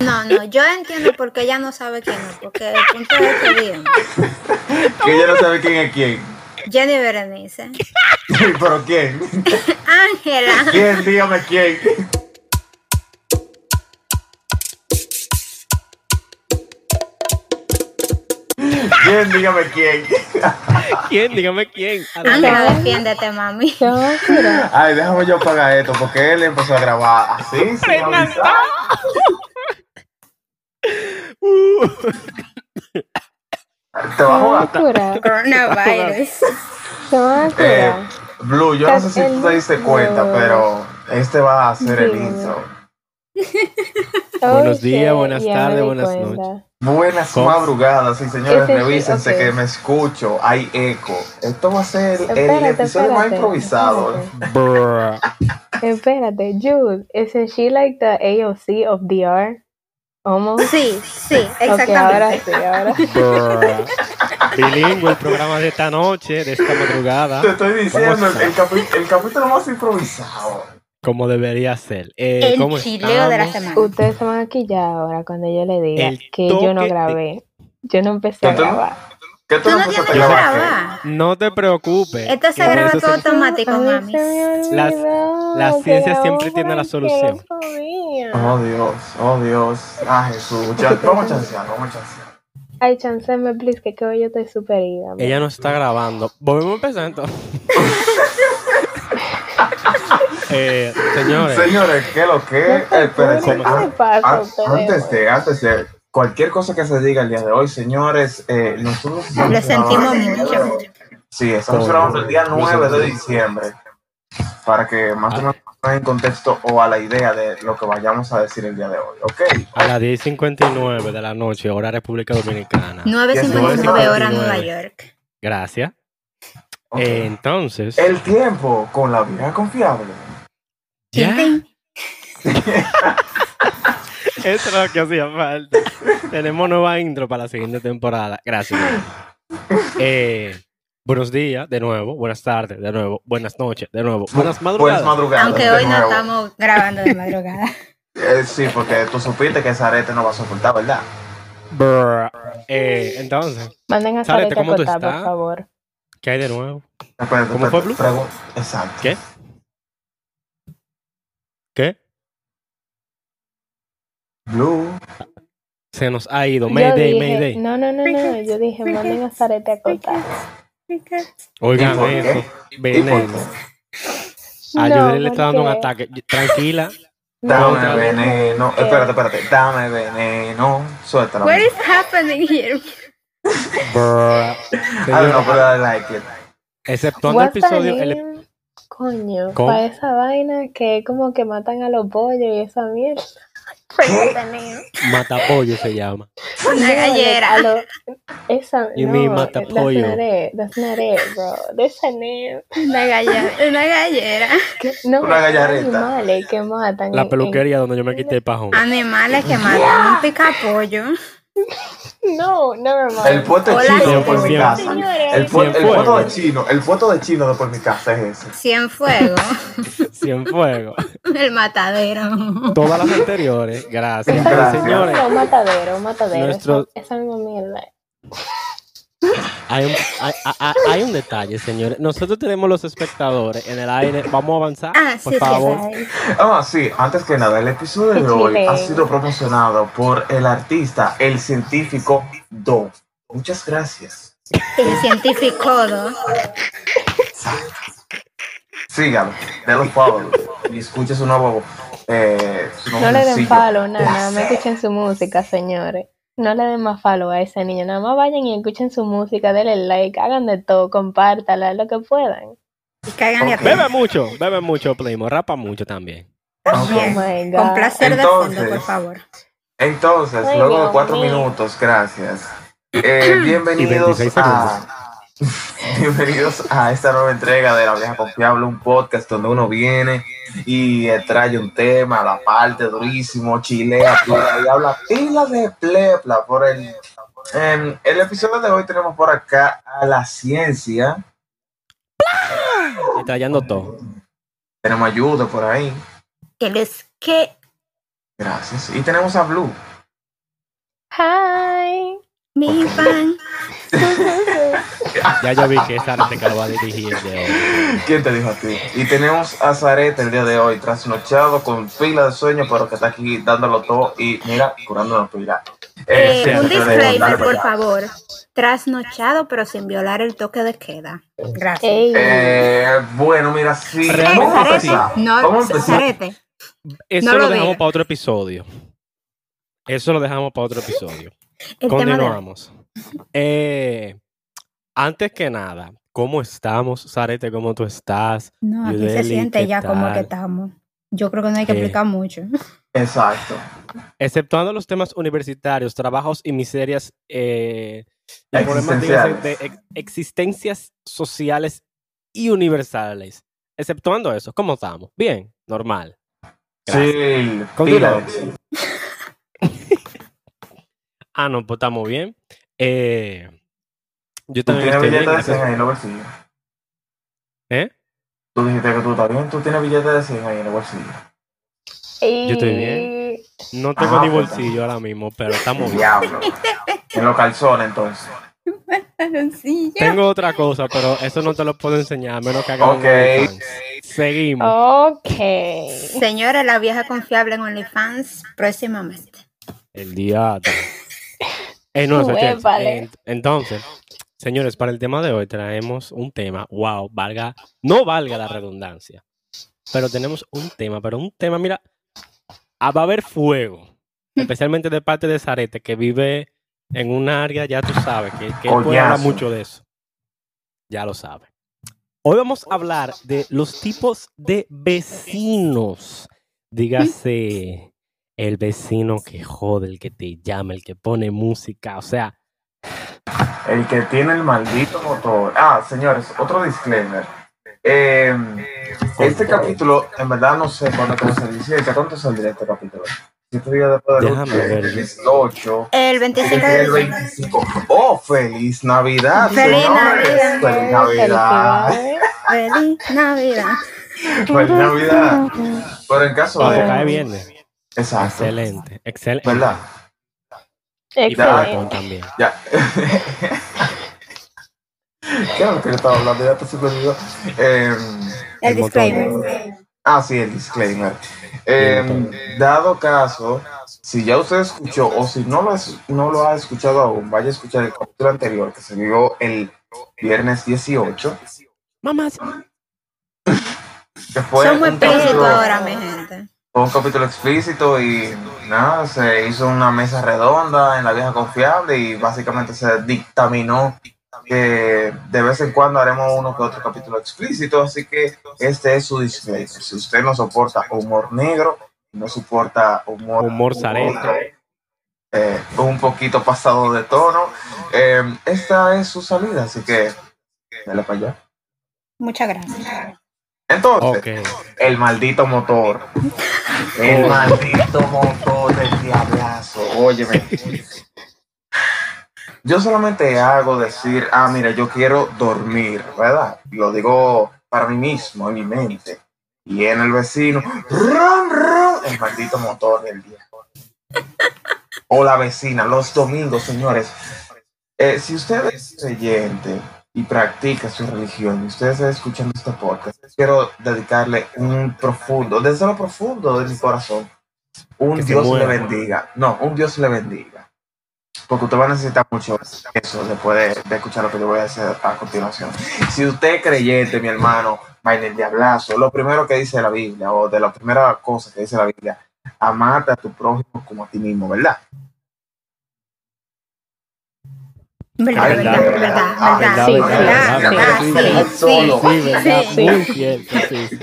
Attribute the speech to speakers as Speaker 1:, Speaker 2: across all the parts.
Speaker 1: No, no, yo entiendo por qué ella no sabe quién es, porque el punto de este día,
Speaker 2: Que ella no sabe quién es quién.
Speaker 1: Jenny Berenice,
Speaker 2: ¿Pero quién?
Speaker 1: Ángela,
Speaker 2: ¿Quién? Dígame quién. ¿Quién? Dígame quién.
Speaker 3: ¿Quién? Dígame quién. A la-
Speaker 1: Ángela, defiéndete, mami.
Speaker 4: Qué locura.
Speaker 2: Ay, déjame yo pagar esto porque él empezó a grabar así, sin avisar.
Speaker 3: Uh,
Speaker 2: Te
Speaker 4: Te
Speaker 2: va a
Speaker 4: van a
Speaker 2: jugar.
Speaker 4: curar.
Speaker 1: Coronavirus.
Speaker 4: Te van a curar.
Speaker 2: Eh, Blue, yo no sé si tú te diste cuenta, pero este va a ser el
Speaker 4: Sí.
Speaker 2: intro.
Speaker 3: buenos
Speaker 4: Ok,
Speaker 3: días, buenas
Speaker 4: ya me
Speaker 3: tardes,
Speaker 4: di
Speaker 3: buenas
Speaker 4: cuenta.
Speaker 3: noches.
Speaker 2: Buenas
Speaker 3: ¿Cómo?
Speaker 2: madrugadas, sí señores,
Speaker 4: Ese sí,
Speaker 2: revísense
Speaker 4: ok.
Speaker 2: que me escucho, hay eco. Esto va a ser el
Speaker 4: Espérate,
Speaker 2: episodio más
Speaker 4: espérate,
Speaker 2: improvisado.
Speaker 4: espérate.
Speaker 3: brr.
Speaker 4: Espérate, Jude, isn't she like the AOC of DR? Almost.
Speaker 1: Sí, sí,
Speaker 4: Ok, ahora
Speaker 1: exactamente.
Speaker 4: sí, ahora.
Speaker 3: Brr. Bilingüe el programa de esta noche, de esta madrugada,
Speaker 2: Te estoy diciendo, el,
Speaker 3: Vamos a-
Speaker 2: el capi- el capítulo más improvisado.
Speaker 3: como debería ser. Eh, ¿cómo
Speaker 1: El chileo de la
Speaker 3: estamos?
Speaker 1: semana.
Speaker 4: Ustedes se van a quillar ahora cuando yo le diga
Speaker 3: El
Speaker 4: que yo no
Speaker 3: toque de-
Speaker 4: grabé. Yo no empecé a
Speaker 2: ¿Tú no?
Speaker 4: grabar.
Speaker 2: ¿Qué tú
Speaker 1: Tú no tienes
Speaker 2: empezaste
Speaker 1: que
Speaker 2: a grabar? qué?
Speaker 1: grabar.
Speaker 3: No te preocupes.
Speaker 1: Esto se
Speaker 3: que
Speaker 1: graba
Speaker 3: eso
Speaker 1: todo
Speaker 3: se-
Speaker 1: automático,
Speaker 4: A mí se
Speaker 1: mami.
Speaker 4: me
Speaker 3: Las-
Speaker 4: olvidó
Speaker 3: la
Speaker 4: que
Speaker 3: ciencia
Speaker 4: grabó
Speaker 3: siempre tiene la
Speaker 4: por aquí el
Speaker 3: solución.
Speaker 4: otro día.
Speaker 2: Oh Dios, oh Dios. Ah Jesús, ya, vamos a chancear, vamos a chancear.
Speaker 4: Ay, chanceme, please, que que hoy yo estoy super ida.
Speaker 3: Ella no está grabando. Volvemos a empezar entonces. Eh, señores,
Speaker 2: Señores, ¿qué lo que?
Speaker 4: ¿Qué te
Speaker 2: Espérense.
Speaker 4: pasa? ¿Qué
Speaker 2: an-
Speaker 4: te pasa a
Speaker 2: an-
Speaker 4: ustedes
Speaker 2: Antes de, antes de cualquier cosa que se diga el día de hoy, señores, eh, nosotros...
Speaker 1: Lo sentimos mucho.
Speaker 2: Sí, estamos
Speaker 3: Todo.
Speaker 2: grabando el día
Speaker 3: Lo
Speaker 2: 9 de
Speaker 3: sentimos.
Speaker 2: diciembre. Para que
Speaker 3: Ah.
Speaker 2: más o menos pongan en contexto o a la idea de lo que vayamos a decir el día de hoy. Ok.
Speaker 3: a las 10.59 de la noche, hora República Dominicana.
Speaker 1: 9.59 hora Nueva
Speaker 3: 9:59.
Speaker 1: York.
Speaker 3: Gracias.
Speaker 2: ok.
Speaker 3: Eh, entonces,
Speaker 2: El tiempo con la vieja confiable.
Speaker 3: ya.
Speaker 1: Tin,
Speaker 3: Eso es lo que hacía falta. Tenemos nueva intro para la siguiente temporada. Gracias. Eh, buenos días de nuevo, buenas tardes de nuevo, buenas noches de nuevo, buenas
Speaker 2: Buenas
Speaker 3: madrugadas.
Speaker 2: Pues madrugadas.
Speaker 1: Aunque
Speaker 2: de
Speaker 1: hoy no
Speaker 2: nuevo.
Speaker 1: estamos grabando de madrugada.
Speaker 2: Eh, sí, porque tú supiste que esa arete no va a soportar, ¿verdad?
Speaker 3: Brr. Eh, entonces,
Speaker 4: Manden a
Speaker 3: Sárate,
Speaker 4: Sarete a
Speaker 3: ¿cómo tú
Speaker 4: acotar,
Speaker 3: estás?
Speaker 4: por favor.
Speaker 3: ¿qué hay de nuevo?
Speaker 2: Espérate,
Speaker 3: ¿Cómo
Speaker 2: espérate,
Speaker 3: fue, Blue?
Speaker 2: pregu- Exacto.
Speaker 3: ¿Qué? ¿Qué?
Speaker 2: Blue.
Speaker 3: Se nos ha ido.
Speaker 4: Yo
Speaker 3: Mayday,
Speaker 4: dije,
Speaker 3: Mayday.
Speaker 4: No, no, no, no, yo dije, manden a Sarete a acotar.
Speaker 3: Oigan
Speaker 2: ¿Y por
Speaker 3: eso.
Speaker 2: qué? ¿Y
Speaker 3: Veneno.
Speaker 2: por qué?
Speaker 3: A
Speaker 4: No,
Speaker 3: Judy Ah, le está dando un
Speaker 4: porque-
Speaker 3: ataque. Tranquila.
Speaker 4: No,
Speaker 2: Dame
Speaker 3: no, no.
Speaker 2: veneno.
Speaker 4: ¿Qué?
Speaker 2: Espérate, espérate. Dame veneno. Suéltala.
Speaker 1: What Eh. is happening here?
Speaker 3: Brr.
Speaker 2: Ah, no,
Speaker 3: Señora,
Speaker 2: pero I like it.
Speaker 3: exceptuando el
Speaker 4: What's the
Speaker 3: episodio, el,
Speaker 4: name? Coño,
Speaker 3: ¿Cómo?
Speaker 4: para esa vaina que es como que matan a los pollos y esa mierda.
Speaker 3: Matapollo se llama.
Speaker 1: Una
Speaker 4: A
Speaker 1: gallera.
Speaker 4: lo- esa,
Speaker 3: You
Speaker 4: no,
Speaker 3: mean matapollo.
Speaker 4: That's not it, that's not it, bro. That's not it.
Speaker 1: Una gallera. Una gallera.
Speaker 4: Que- No,
Speaker 2: Una
Speaker 4: son
Speaker 2: gallareta.
Speaker 4: animales que matan. en-
Speaker 3: La
Speaker 4: en-
Speaker 3: peluquería donde yo me quité el pajón.
Speaker 4: Ah.
Speaker 1: Animales que matan. Un picapollo.
Speaker 4: No, never mind.
Speaker 2: El puesto
Speaker 1: Hola,
Speaker 2: de chino de
Speaker 3: gente.
Speaker 2: por mi casa.
Speaker 4: Señores.
Speaker 2: El, pu-
Speaker 3: Bien,
Speaker 2: el
Speaker 3: pues.
Speaker 2: puesto de chino, el puesto de chino de por mi casa es ese.
Speaker 1: Cien fuego.
Speaker 3: Cien fuego.
Speaker 1: El matadero.
Speaker 3: Todas las anteriores. Gracias.
Speaker 2: Gracias.
Speaker 3: Pero, señores,
Speaker 4: No, un matadero, un matadero.
Speaker 3: Nuestro-
Speaker 4: Esa, esa misma mierda.
Speaker 3: hay un, hay, hay- hay un detalle, señores. Nosotros tenemos los espectadores en el aire. Vamos a avanzar,
Speaker 1: Ah, sí,
Speaker 3: por
Speaker 1: sí,
Speaker 3: favor.
Speaker 4: Ay,
Speaker 2: Ah, sí, antes que nada, el episodio de
Speaker 4: Qué
Speaker 2: hoy
Speaker 4: chile.
Speaker 2: ha sido promocionado por el artista, el científico Do. Muchas gracias.
Speaker 1: El científico. ¿no?
Speaker 2: Sígalo, de los follow y escuche su nuevo. Eh, su nuevo
Speaker 4: No le den
Speaker 2: sencillo.
Speaker 4: follow, nada, nada más escuchen su música, señores. No le den más follow a ese niño, nada más vayan y escuchen su música, denle like, hagan de todo, compártala, lo que puedan.
Speaker 1: Y cáiganle
Speaker 2: Ok.
Speaker 1: a
Speaker 3: Bebe mucho, bebe mucho, Playmo. Rapa mucho también.
Speaker 2: Ok.
Speaker 4: Oh my god.
Speaker 1: Con placer de fondo,
Speaker 2: Entonces.
Speaker 1: por favor.
Speaker 2: Entonces,
Speaker 4: Ay,
Speaker 2: luego de
Speaker 4: Dios
Speaker 2: cuatro
Speaker 4: mío.
Speaker 2: minutos, gracias. Eh, bienvenidos
Speaker 3: 26
Speaker 2: a. Bienvenidos a esta nueva entrega de La Vieja Confiable, un podcast donde uno viene y eh, trae un tema, la parte durísimo, chilea, pila, y habla pila de plepla por el... em, el episodio de hoy tenemos por acá a la ciencia,
Speaker 3: Y trayendo todo.
Speaker 2: tenemos ayuda por ahí,
Speaker 1: Que les que
Speaker 2: gracias, y tenemos a Blue.
Speaker 4: Hi.
Speaker 1: Mi fan.
Speaker 3: Ya yo vi que esa no te que lo va a dirigir de hoy.
Speaker 2: ¿Quién te dijo a ti? Y tenemos a Zaret el día de hoy, trasnochado, con pila de sueño, pero que está aquí dándolo todo y mira, curándonos pila.
Speaker 1: Eh,
Speaker 3: sí,
Speaker 1: un
Speaker 3: sí, sí,
Speaker 1: disclaimer, por
Speaker 2: favor.
Speaker 1: favor. Trasnochado, pero sin violar el toque de queda. Gracias.
Speaker 4: Ey.
Speaker 2: Eh, bueno, mira, sí.
Speaker 1: Eh,
Speaker 3: Pero
Speaker 2: Vamos a
Speaker 1: Zarete,
Speaker 2: empezar.
Speaker 1: no,
Speaker 2: Vamos a empezar.
Speaker 1: Zarete,
Speaker 3: Eso
Speaker 1: No
Speaker 3: lo
Speaker 1: lo
Speaker 3: dejamos
Speaker 1: digas.
Speaker 3: para otro episodio. Eso lo dejamos para otro episodio.
Speaker 1: el tema de hoy.
Speaker 3: Continuamos. Eh, antes que nada, ¿cómo estamos, Sarete? ¿Cómo tú estás?
Speaker 1: No, aquí se
Speaker 3: Yudeli, ¿qué
Speaker 1: siente ya como que
Speaker 3: tal?
Speaker 1: estamos. Yo creo que no hay que
Speaker 3: Eh.
Speaker 1: explicar mucho.
Speaker 2: Exacto.
Speaker 3: Exceptuando los temas universitarios, trabajos y miserias eh, y problemáticas de
Speaker 2: Existenciales.
Speaker 3: ex- existencias sociales y universales. Exceptuando eso, ¿cómo estamos? Bien, normal. Gracias.
Speaker 2: Sí, pila de
Speaker 3: Continuamos.
Speaker 2: sí.
Speaker 3: Ah, no, pues estamos bien. Eh,
Speaker 2: Tú
Speaker 3: yo también
Speaker 2: tienes
Speaker 3: estoy bien.
Speaker 2: billetes de 100
Speaker 3: gracias.
Speaker 2: ahí en el bolsillo.
Speaker 3: ¿Eh?
Speaker 2: Tú dijiste que tú estás bien, tú tienes billetes de 100 ahí en el bolsillo.
Speaker 3: Yo estoy bien. No tengo
Speaker 2: Ah,
Speaker 3: ni
Speaker 2: pues,
Speaker 3: bolsillo ahora mismo, pero estamos bien.
Speaker 2: Diablo. En los calzones, entonces.
Speaker 3: Tengo otra cosa, pero eso no te lo puedo enseñar, a menos que hagamos
Speaker 2: Ok.
Speaker 3: un OnlyFans. Seguimos.
Speaker 4: Ok.
Speaker 1: Señora, la vieja confiable en OnlyFans próximamente.
Speaker 3: El día. Eh, no, eso es cierto.
Speaker 4: Huevale.
Speaker 3: En- entonces, señores, para el tema de hoy traemos un tema. Wow, valga, no valga la redundancia. Pero tenemos un tema, pero un tema, mira, ah, va a haber fuego. Especialmente de parte de Zarete, que vive en un área, ya tú sabes, que, que él puede hablar
Speaker 2: Coñazo.
Speaker 3: mucho de eso. Ya lo sabe. Hoy vamos a hablar de los tipos de vecinos. Dígase el vecino que jode, el que te llama, el que pone música, o sea,
Speaker 2: El que tiene el maldito motor. Ah, señores, otro disclaimer. Eh, este capítulo, en verdad no sé cuándo te se dice. ¿Cuánto saldría este capítulo? Siete días después del
Speaker 3: Déjame
Speaker 2: último,
Speaker 3: ver.
Speaker 2: el 18.
Speaker 1: El 25 de
Speaker 2: El
Speaker 1: diciembre.
Speaker 2: 25. ¡Oh, feliz Navidad,
Speaker 1: Feliz Navidad.
Speaker 2: señores! ¡Feliz Navidad!
Speaker 4: Felicidades.
Speaker 1: Feliz Navidad.
Speaker 2: ¡Feliz Navidad! Pero en caso
Speaker 3: cuando
Speaker 4: Bueno.
Speaker 3: cae
Speaker 2: de...
Speaker 3: viernes.
Speaker 2: Exacto.
Speaker 3: Excelente, excelente.
Speaker 2: ¿Verdad?
Speaker 3: Y Falcon
Speaker 4: Excelente.
Speaker 3: también.
Speaker 2: Ya. ¿Qué era lo que yo estaba hablando? Ya te se me olvidó.
Speaker 1: El
Speaker 2: Em,
Speaker 3: El motor.
Speaker 1: disclaimer.
Speaker 2: Ah, sí, el disclaimer.
Speaker 3: Bien,
Speaker 2: Eh, dado caso, si ya usted escuchó o si no lo, es- no lo ha escuchado aún, vaya a escuchar el capítulo anterior que se vio el viernes 18,
Speaker 3: Mamá,
Speaker 2: que fue
Speaker 1: Son muy
Speaker 2: un capítulo,
Speaker 1: explícitos ahora, mi gente.
Speaker 2: fue un capítulo explícito y nada, se hizo una mesa redonda en la vieja confiable y básicamente se dictaminó que de vez en cuando haremos uno que otro capítulo explícito, así que este es su disclaimer. Si usted no soporta humor negro, no soporta humor
Speaker 3: humor zarete.
Speaker 2: eh, un poquito pasado de tono. Eh, esta es su salida, así que dale para allá.
Speaker 1: Muchas gracias.
Speaker 2: Entonces,
Speaker 3: Ok.
Speaker 2: el maldito motor. El maldito motor del diablazo. Óyeme. Yo solamente hago decir, ah, mira, yo quiero dormir, ¿verdad? Lo digo para mí mismo, en mi mente. Y en el vecino, ron, ron, el maldito motor del día. O la vecina, los domingos, señores. Eh, si usted es creyente y practica su religión y usted está escuchando este podcast, quiero dedicarle un profundo, desde lo profundo de mi corazón, un
Speaker 3: Que se
Speaker 2: Dios le
Speaker 3: mueva.
Speaker 2: bendiga. No, un Dios le bendiga. Porque usted va a necesitar mucho eso después de, de escuchar lo que yo voy a decir a continuación. Si usted es creyente, mi hermano, vaina el diablazo, lo primero que dice la Biblia, o de la primera cosa que dice la Biblia, amate a tu prójimo como a ti mismo, ¿verdad?
Speaker 1: Verdad,
Speaker 2: Ay,
Speaker 1: verdad,
Speaker 2: verdad,
Speaker 1: verdad,
Speaker 2: ah,
Speaker 1: verdad,
Speaker 4: sí,
Speaker 1: sí,
Speaker 4: verdad,
Speaker 1: verdad, verdad, sí,
Speaker 2: sí, sí,
Speaker 1: sí.
Speaker 2: sí.
Speaker 3: ¿verdad?
Speaker 1: Sí.
Speaker 3: Muy cierto, sí, sí.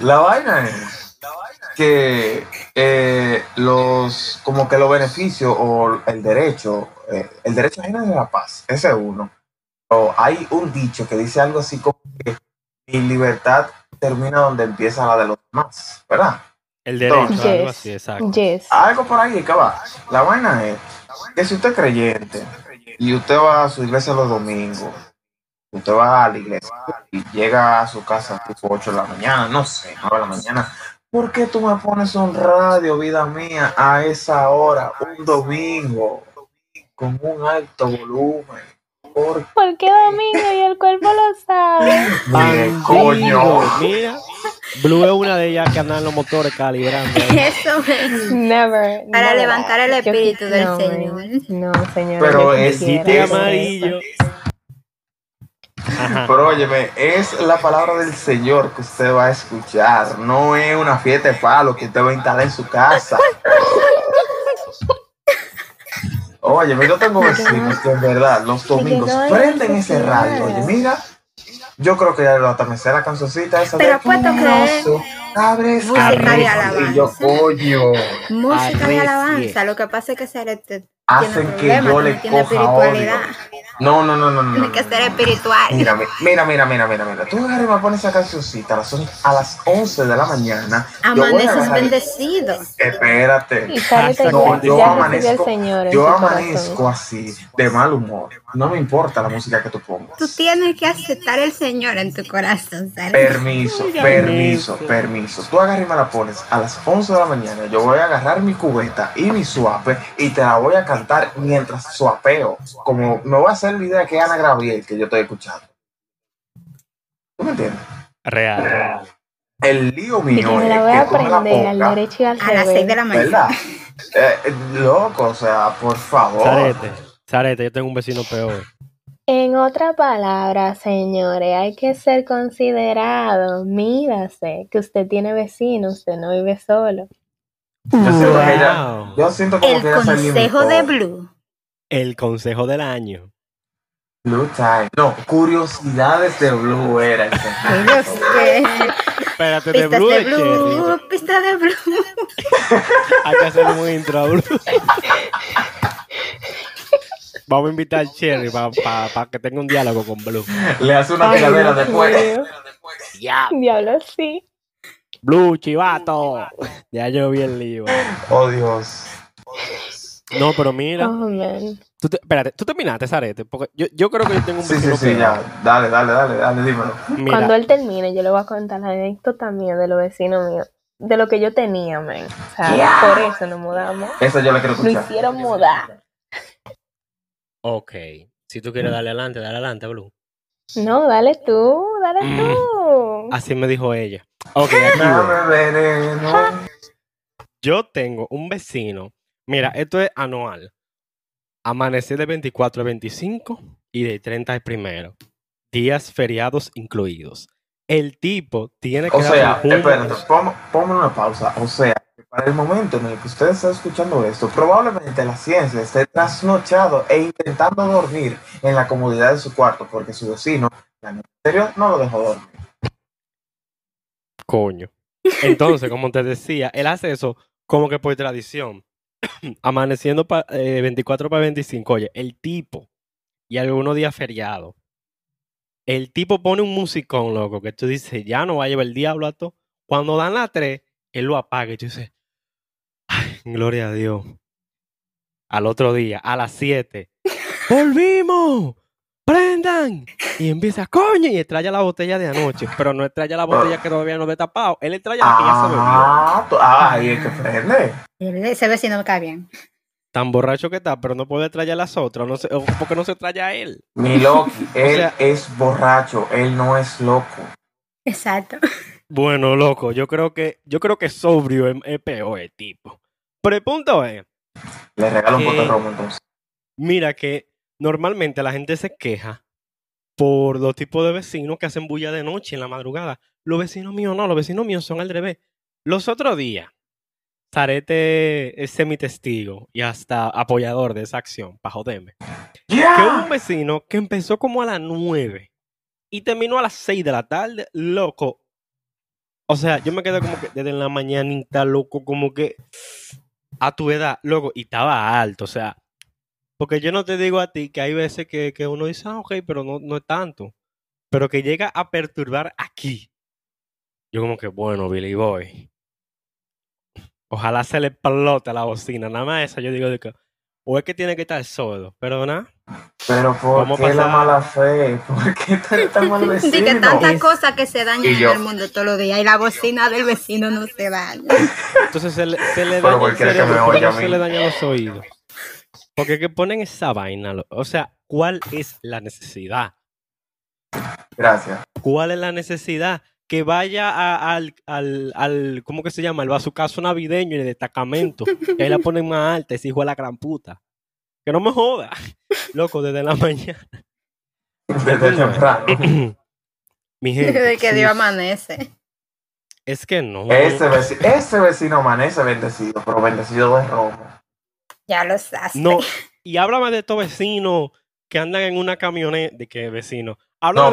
Speaker 2: La vaina es que eh, los como que los beneficios o el derecho, eh, el derecho general de la paz, ese es uno. O hay un dicho que dice algo así como que mi libertad termina donde empieza la de los demás, ¿verdad?
Speaker 3: El derecho,
Speaker 4: Yes.
Speaker 3: algo así, exacto.
Speaker 4: Yes.
Speaker 2: Algo por ahí, cabal. La vaina es que si usted es creyente y usted va a su iglesia los domingos, usted va a la iglesia y llega a su casa tipo 8 de la mañana, no sé, 9 de la mañana, ¿por qué tú me pones un radio, vida mía, a esa hora, un domingo? con un alto volumen. Porque,
Speaker 4: Porque Domingo y el cuerpo lo sabe.
Speaker 2: mire,
Speaker 3: Bandido,
Speaker 2: coño.
Speaker 3: Mira, Blue es una de ellas que andan los motores calibrando. ahí.
Speaker 1: Eso es.
Speaker 4: Never.
Speaker 1: Para
Speaker 4: never.
Speaker 1: levantar el
Speaker 4: Yo-
Speaker 1: espíritu del
Speaker 4: no,
Speaker 1: Señor.
Speaker 4: man. No, señor.
Speaker 2: Pero
Speaker 4: yo
Speaker 2: es-
Speaker 4: quisiera
Speaker 3: De
Speaker 2: es-
Speaker 4: hacer
Speaker 3: amarillo.
Speaker 4: eso.
Speaker 3: Ajá.
Speaker 2: Pero óyeme, es la palabra del Señor que usted va a escuchar. No es una fiesta de palo que usted va a instalar en su casa. Óyeme, yo tengo vecinos que en verdad los domingos
Speaker 4: llegó el
Speaker 2: prenden ese radio. Oye,
Speaker 4: especial.
Speaker 2: mira, yo creo que ya lo atardecer la cancioncita esa
Speaker 1: Pero apuesto que
Speaker 2: "Poderoso, abre esa
Speaker 1: música de
Speaker 2: brecha".
Speaker 1: alabanza.
Speaker 2: Y yo, coño,
Speaker 1: Música y
Speaker 3: Arrecie.
Speaker 1: alabanza. Lo que pasa es que Sara te- tiene
Speaker 2: hacen que
Speaker 1: problemas,
Speaker 2: yo
Speaker 1: tú
Speaker 2: le
Speaker 1: no tiene
Speaker 2: coja odio.
Speaker 1: espiritualidad.
Speaker 2: No, no, no, no, no.
Speaker 1: Tiene
Speaker 2: no,
Speaker 1: que
Speaker 2: no,
Speaker 1: ser
Speaker 2: no.
Speaker 1: espiritual.
Speaker 2: Mira, mi- mira, mira, mira, mira, mira. Tú agarras y me pones esa cancioncita a las, on- a las 11 de la mañana. Yo voy a
Speaker 1: Amaneces
Speaker 2: agarrar-
Speaker 1: bendecido.
Speaker 2: Espérate.
Speaker 4: Y Carlos te
Speaker 3: Hasta
Speaker 2: No,
Speaker 3: cuando
Speaker 4: cuenta,
Speaker 2: yo
Speaker 4: ya recibió al
Speaker 2: amanezco,
Speaker 4: Señor en
Speaker 2: yo
Speaker 4: su corazón.
Speaker 2: amanezco así, de mal humor. No me importa la música que tú pongas.
Speaker 1: Tú tienes que aceptar el Señor en tu corazón, Sara.
Speaker 2: Permiso,
Speaker 3: Oigan
Speaker 2: permiso,
Speaker 3: eso.
Speaker 2: permiso. Tú agarras y me la pones a las 11 de la mañana. Yo voy a agarrar mi cubeta y mi suape y te la voy a cantar mientras suapeo. Como me voy a hacer la idea que es Ana Gabriel que yo estoy escuchando. ¿Tú me entiendes?
Speaker 3: Real.
Speaker 2: El lío
Speaker 4: Y
Speaker 2: mío
Speaker 4: que me
Speaker 2: es
Speaker 4: la voy
Speaker 2: que
Speaker 4: a
Speaker 2: tú me la
Speaker 4: aprender al
Speaker 2: pongas,
Speaker 4: derecho y al
Speaker 1: A las 6 de
Speaker 4: revés.
Speaker 1: la
Speaker 2: ¿verdad?
Speaker 1: mañana.
Speaker 2: Eh, eh, loco, o sea, por favor.
Speaker 3: Zarete, Zarete, yo tengo un vecino peor.
Speaker 4: En otra palabra, señores, hay que ser considerado. Mídase que usted tiene vecinos, usted no vive solo.
Speaker 2: Yo siento que ella-
Speaker 3: Wow.
Speaker 2: yo siento como
Speaker 1: El
Speaker 2: que ella se
Speaker 1: consejo
Speaker 2: limitó.
Speaker 1: de Blue.
Speaker 3: El consejo del año.
Speaker 2: Blue Time. No, curiosidades de Blue era. el
Speaker 1: Ay,
Speaker 2: consejo.
Speaker 1: Dios, qué-
Speaker 3: Espérate, de
Speaker 1: Pistas
Speaker 3: Blue
Speaker 1: de
Speaker 3: de Cherry.
Speaker 1: este Blue. Pistas de Blue.
Speaker 3: Hay que hacer un intro a Blue. Vamos a invitar a Cherry para que tenga un diálogo con Blue.
Speaker 2: Le hace una
Speaker 4: Ay,
Speaker 2: pegadera
Speaker 4: Dios
Speaker 2: después.
Speaker 4: mío. Diablo, sí.
Speaker 3: Blue, chivato. Ya yo vi el lío.
Speaker 2: Oh, Dios.
Speaker 3: No, pero
Speaker 4: Oh,
Speaker 3: mira.
Speaker 4: man.
Speaker 3: Tú te- espérate, tú terminaste, Zarete. Porque yo, yo creo que yo tengo un
Speaker 2: Sí, sí,
Speaker 3: vecino
Speaker 2: sí,
Speaker 3: peor.
Speaker 2: ya. Dale, dale, dale, dale, dímelo.
Speaker 3: Mira,
Speaker 4: Cuando él termine, yo le voy a contar la anécdota mía de los vecinos míos, de lo que yo tenía, man. O sea,
Speaker 2: Yeah.
Speaker 4: por eso nos mudamos.
Speaker 2: Esa yo la quiero
Speaker 4: Lo
Speaker 2: escuchar.
Speaker 4: hicieron mudar.
Speaker 3: Ok. Si tú quieres darle adelante, dale adelante, Blue.
Speaker 4: No, dale tú, dale tú.
Speaker 3: Así me dijo ella. Ok, aquí voy.
Speaker 2: Dame veneno.
Speaker 3: Yo tengo un vecino. Mira, esto es anual. Amanecer de 24 al 25 y de 30 al primero. Días feriados incluidos. El tipo tiene que
Speaker 2: O
Speaker 3: dar
Speaker 2: sea,
Speaker 3: un jugo-
Speaker 2: espérate, pon- ponme una pausa. O sea, que para el momento en el que usted está escuchando esto, probablemente la ciencia esté trasnochado e intentando dormir en la comodidad de su cuarto porque su vecino, la noche anterior, no lo dejó dormir.
Speaker 3: Coño. Entonces, como te decía, él hace eso como que por tradición. Amaneciendo pa- eh, 24 para 25. Oye, el tipo. Y algunos días feriados. El tipo pone un musicón, loco, que tú dices, ya no va a llevar el diablo a todo. Cuando dan las 3, él lo apaga y tú dices, ay, gloria a Dios. Al otro día, a las 7, volvimos, prendan. Y empieza, coño, y extraña la botella de anoche, pero no extraña la botella que todavía no ve tapado. Él extraña la que ya se bebió.
Speaker 2: Ah, tú- ah, ahí es que prende.
Speaker 1: Ese vecino me cae bien.
Speaker 3: Tan borracho que está, pero no puede extrañar las otras, no sé, o- porque no se extraña a él.
Speaker 2: Mi Loki, él
Speaker 3: sea-
Speaker 2: es borracho, él no es loco.
Speaker 1: Exacto.
Speaker 3: Bueno, loco, yo creo que, yo creo que sobrio es, es peor el tipo. Pero el punto es,
Speaker 2: Le regalo un
Speaker 3: Eh,
Speaker 2: pote de romo entonces.
Speaker 3: mira que normalmente la gente se queja por los tipos de vecinos que hacen bulla de noche en la madrugada. Los vecinos míos no, los vecinos míos son al revés. Los otros días, Zarete es semitestigo y hasta apoyador de esa acción, pa' joderme. Que hubo un
Speaker 2: ¡Ya!
Speaker 3: vecino que empezó como a las 9 y terminó a las 6 de la tarde, loco. O sea, yo me quedé como que desde la mañanita, loco, como que a tu edad, loco, y estaba alto, o sea. Porque yo no te digo a ti que hay veces que, que uno dice, ah, ok, pero no, no es tanto. Pero que llega a perturbar aquí. Yo como que, bueno, Billy Boy. Ojalá se le explote la bocina. Nada más eso, yo digo, de que, o es que tiene que estar sordo, pero nada.
Speaker 2: Pero ¿por
Speaker 3: vamos a
Speaker 2: qué la
Speaker 3: pasar-
Speaker 2: mala fe? ¿Por qué tú eres tan mal
Speaker 1: Dice que
Speaker 2: vecino?
Speaker 1: tantas cosas que se dañan
Speaker 2: Y yo.
Speaker 1: en el mundo todos los días y la bocina del vecino no se daña.
Speaker 3: Entonces se le, se le
Speaker 2: Pero
Speaker 3: daña el
Speaker 2: cualquiera que me
Speaker 3: cerebro,
Speaker 2: oiga
Speaker 3: pero
Speaker 2: a
Speaker 3: no
Speaker 2: mí.
Speaker 3: se le dañan los oídos. Porque que ponen esa vaina, lo- o sea, ¿cuál es la necesidad?
Speaker 2: Gracias.
Speaker 3: ¿Cuál es la necesidad? Que vaya a- al, al, al, ¿cómo que se llama? El bazucazo navideño en el destacamento. Y ahí la ponen más alta, ese hijo de la gran puta. Que no me joda. Loco, desde la mañana.
Speaker 2: Desde temprano.
Speaker 3: eh. Mi gente.
Speaker 1: Desde que Dios
Speaker 3: sus-
Speaker 1: amanece.
Speaker 3: Es que no.
Speaker 2: Ese vecino, ese vecino amanece bendecido, pero bendecido de romo.
Speaker 1: Ya lo sabes.
Speaker 3: No, y háblame de estos vecinos que andan en una camioneta. ¿De qué vecino? Háblame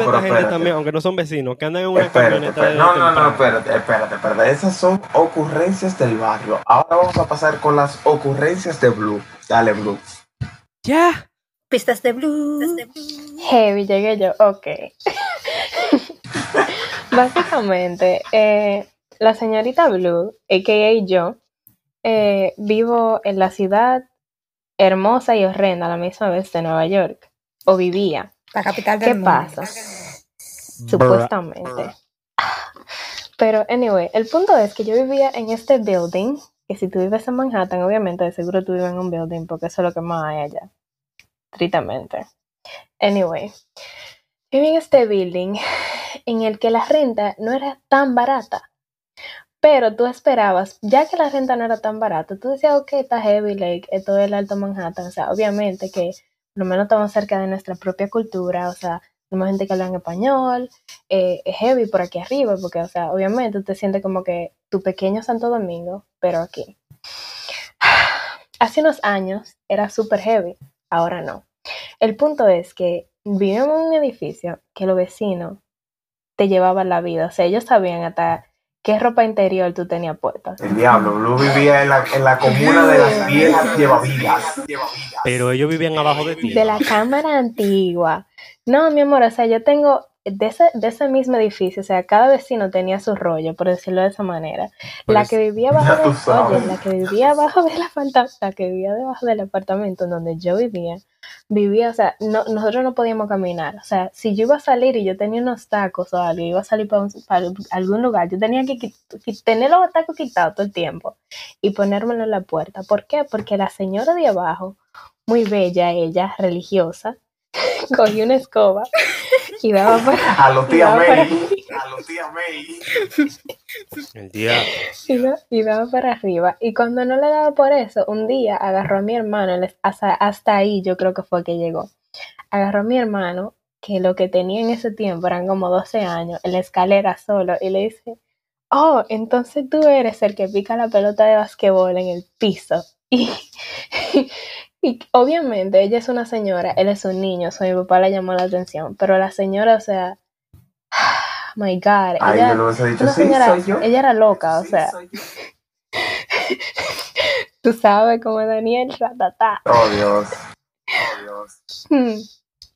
Speaker 2: No,
Speaker 3: de
Speaker 2: pero
Speaker 3: esta gente
Speaker 2: espérate.
Speaker 3: también, aunque no son vecinos, que andan en una
Speaker 2: Espérate,
Speaker 3: camioneta.
Speaker 2: espérate.
Speaker 3: de
Speaker 2: No,
Speaker 3: este
Speaker 2: no, no,
Speaker 3: temprano.
Speaker 2: espérate, espérate, espérate. Esas son ocurrencias del barrio. Ahora vamos a pasar con las ocurrencias de Blue. Dale, Blue.
Speaker 3: Ya.
Speaker 1: Pistas de blue.
Speaker 4: Heavy, llegué yo, ok. Básicamente, eh, la señorita Blue, a.k.a. yo, eh, vivo en la ciudad hermosa y horrenda a la misma vez de Nueva York, o vivía.
Speaker 1: La capital del
Speaker 4: ¿Qué
Speaker 1: mundo.
Speaker 4: pasa? Supuestamente. Pero, anyway, el punto es que yo vivía en este building, que si tú vives en Manhattan, obviamente, de seguro tú vives en un building, porque eso es lo que más hay allá. Tritamente. Anyway, vivía en este building en el que la renta no era tan barata. Pero tú esperabas, ya que la renta no era tan barata, tú decías, ok, está heavy, like, esto es el Alto Manhattan. O sea, obviamente que por lo menos estamos cerca de nuestra propia cultura, o sea, tenemos gente que habla en español, eh, es heavy por aquí arriba, porque, o sea, obviamente tú te sientes como que tu pequeño Santo Domingo, pero aquí. Hace unos años era súper heavy, ahora no. El punto es que vivimos en un edificio que los vecinos te llevaban la vida, o sea, ellos sabían hasta qué ropa interior tú tenías puesta.
Speaker 2: El diablo. Blue vivía en la, en la comuna de las viejas llevavidas.
Speaker 3: Pero ellos vivían abajo de ti.
Speaker 4: De la cámara antigua. No, mi amor, o sea, yo tengo de ese, de ese mismo edificio, o sea, cada vecino tenía su rollo, por decirlo de esa manera.
Speaker 3: Pues,
Speaker 4: la que vivía
Speaker 2: ya
Speaker 4: abajo
Speaker 2: tú
Speaker 4: del,
Speaker 2: sabes.
Speaker 4: oye, la que vivía abajo del apartamento, la que vivía debajo del apartamento en donde yo vivía, vivía, o sea, no, nosotros no podíamos caminar. O sea, si yo iba a salir y yo tenía unos tacos o algo, iba a salir para, un- para algún lugar, yo tenía que qui- qui- tener los tacos quitados todo el tiempo y ponérmelo en la puerta. ¿Por qué? Porque la señora de abajo, muy bella ella, religiosa, cogió una escoba y daba para,
Speaker 2: A los tías
Speaker 4: No, para
Speaker 2: May. A los tías May.
Speaker 3: El diablo.
Speaker 4: y da- y daba para arriba. Y cuando no le daba por eso, un día agarró a mi hermano, les- hasta, hasta ahí yo creo que fue que llegó. Agarró a mi hermano, que lo que tenía en ese tiempo eran como 12 años, en la escalera solo, y le dice, oh, entonces tú eres el que pica la pelota de basquetbol en el piso. Y, y obviamente ella es una señora, él es un niño, eso a mi papá le llamó la atención, pero la señora, o sea, my God,
Speaker 2: Ahí
Speaker 4: ella-
Speaker 2: yo le hubiese dicho,
Speaker 4: una
Speaker 2: sí,
Speaker 4: señora-
Speaker 2: soy yo.
Speaker 4: ella era loca, o
Speaker 2: Sí,
Speaker 4: sea.
Speaker 2: soy yo.
Speaker 4: Tú sabes como Daniel, ratatá.
Speaker 2: Oh, Dios. Oh, Dios.
Speaker 4: Hmm.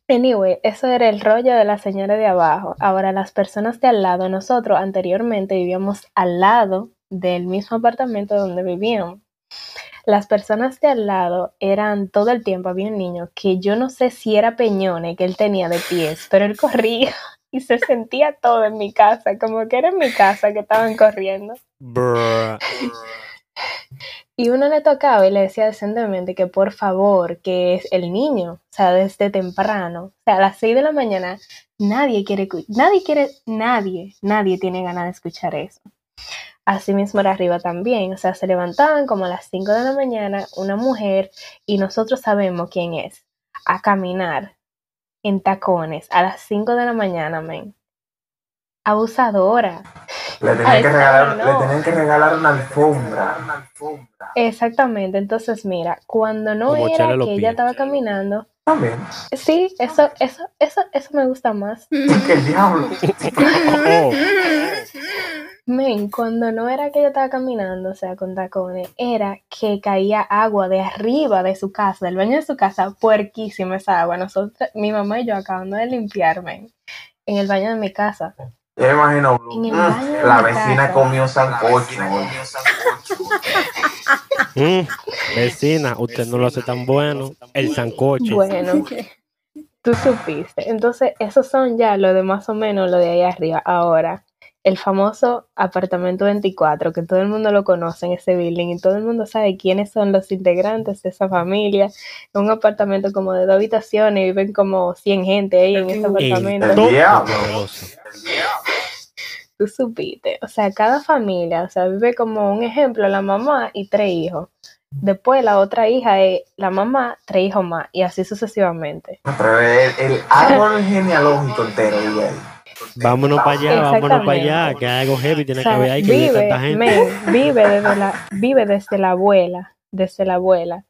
Speaker 4: Anyway, eso era el rollo de la señora de abajo. Ahora, las personas de al lado, nosotros anteriormente vivíamos al lado del mismo apartamento donde vivíamos. Las personas de al lado eran todo el tiempo, había un niño que yo no sé si era peñones que él tenía de pies, pero él corría y se sentía todo en mi casa, como que era en mi casa que estaban corriendo.
Speaker 3: Bruh.
Speaker 4: Y uno le tocaba y le decía decentemente que por favor, que es el niño, o sea, desde temprano, o sea, a las 6 de la mañana, nadie quiere, escu- nadie quiere, nadie, nadie tiene ganas de escuchar eso. Asimismo era arriba también, o sea, se levantaban como a las 5 de la mañana una mujer y nosotros sabemos quién es, a caminar en tacones a las 5 de la mañana, men. Abusadora.
Speaker 2: Le tenían,
Speaker 4: Ay,
Speaker 2: que regalar,
Speaker 4: no.
Speaker 2: le tenían que regalar una alfombra.
Speaker 4: Exactamente, entonces mira, cuando no
Speaker 3: Como
Speaker 4: era
Speaker 3: echarle los
Speaker 4: que
Speaker 3: pies.
Speaker 4: ella estaba caminando,
Speaker 2: También.
Speaker 4: Sí, eso, eso, eso, eso me gusta más.
Speaker 2: Que el diablo.
Speaker 3: Oh,
Speaker 4: Men, cuando no era que yo estaba caminando, o sea, con tacones, era que caía agua de arriba de su casa, del baño de su casa, puerquísima esa agua. Nosotros, mi mamá y yo acabando de limpiarme en el baño de mi casa.
Speaker 2: Yo me imagino, Blue.
Speaker 4: En el
Speaker 2: mm,
Speaker 4: baño de
Speaker 2: la
Speaker 4: la
Speaker 2: vecina
Speaker 4: casa.
Speaker 2: comió sancocho.
Speaker 3: mm, Vecina, usted no lo hace tan bueno. El sancocho.
Speaker 4: Bueno, tú supiste. Entonces, esos son ya lo de más o menos lo de ahí arriba. Ahora, el famoso apartamento 24, que todo el mundo lo conoce en ese building y todo el mundo sabe quiénes son los integrantes de esa familia. Es un apartamento como de dos habitaciones, viven como 100 gente ahí en ese apartamento.
Speaker 2: El diablo.
Speaker 3: poderoso.
Speaker 4: Tú supiste, o sea, cada familia, o sea, vive como un ejemplo, la mamá y tres hijos. Después la otra hija es la mamá, tres hijos más, y así sucesivamente.
Speaker 2: Pero el, el árbol genealógico entero, vive ahí.
Speaker 3: Vámonos para allá, vámonos para allá, que algo heavy tiene
Speaker 4: O sea,
Speaker 3: que haber ahí que vive
Speaker 4: vive,
Speaker 3: tanta gente.
Speaker 4: men, vive, desde la, vive desde la abuela, desde la abuela,